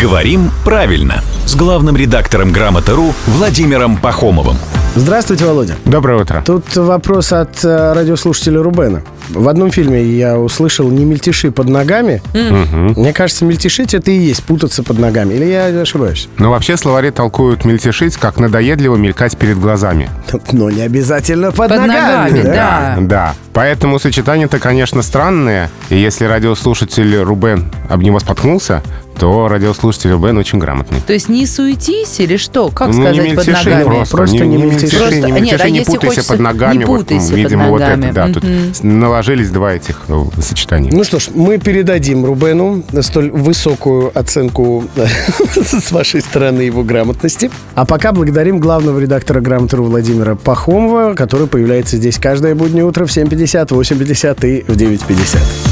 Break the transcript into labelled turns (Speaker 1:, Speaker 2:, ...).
Speaker 1: «Говорим правильно» с главным редактором «Грамоты.ру» Владимиром Пахомовым.
Speaker 2: Здравствуйте, Володя.
Speaker 3: Доброе утро.
Speaker 2: Тут вопрос от э, радиослушателя Рубена. В одном фильме я услышал «Не мельтеши под ногами». Мне кажется, мельтешить — это и есть путаться под ногами. Или я ошибаюсь?
Speaker 3: Но Ну, вообще словари толкуют мельтешить, как надоедливо мелькать перед глазами.
Speaker 2: Но не обязательно под,
Speaker 4: Под ногами,
Speaker 2: да?
Speaker 4: да.
Speaker 3: Да. Поэтому сочетания-то, конечно, странные. И если радиослушатель Рубен об него споткнулся, то радиослушатель Рубен очень грамотный.
Speaker 4: То есть не суетись или что? Как
Speaker 3: ну,
Speaker 4: сказать
Speaker 3: не
Speaker 4: под
Speaker 3: мельтеши
Speaker 4: ногами?
Speaker 3: просто.
Speaker 2: Просто не мельтеши.
Speaker 4: Просто-
Speaker 3: не
Speaker 4: нет,
Speaker 3: мельтеши,
Speaker 4: а
Speaker 3: не
Speaker 4: если
Speaker 3: путайся
Speaker 4: хочется-
Speaker 3: под
Speaker 4: не
Speaker 3: ногами. Вот, ну,
Speaker 4: путайся под
Speaker 3: видимо, вот
Speaker 4: ногами.
Speaker 3: это, да. Тут с- наложились два этих э, сочетания.
Speaker 2: Ну что ж, мы передадим Рубену столь высокую оценку с вашей стороны его грамотности. А пока благодарим главного редактора «Грамотру» Владимира Пахомова, который появляется здесь каждое буднее утро в 7.50, 8.50 и в 9.50.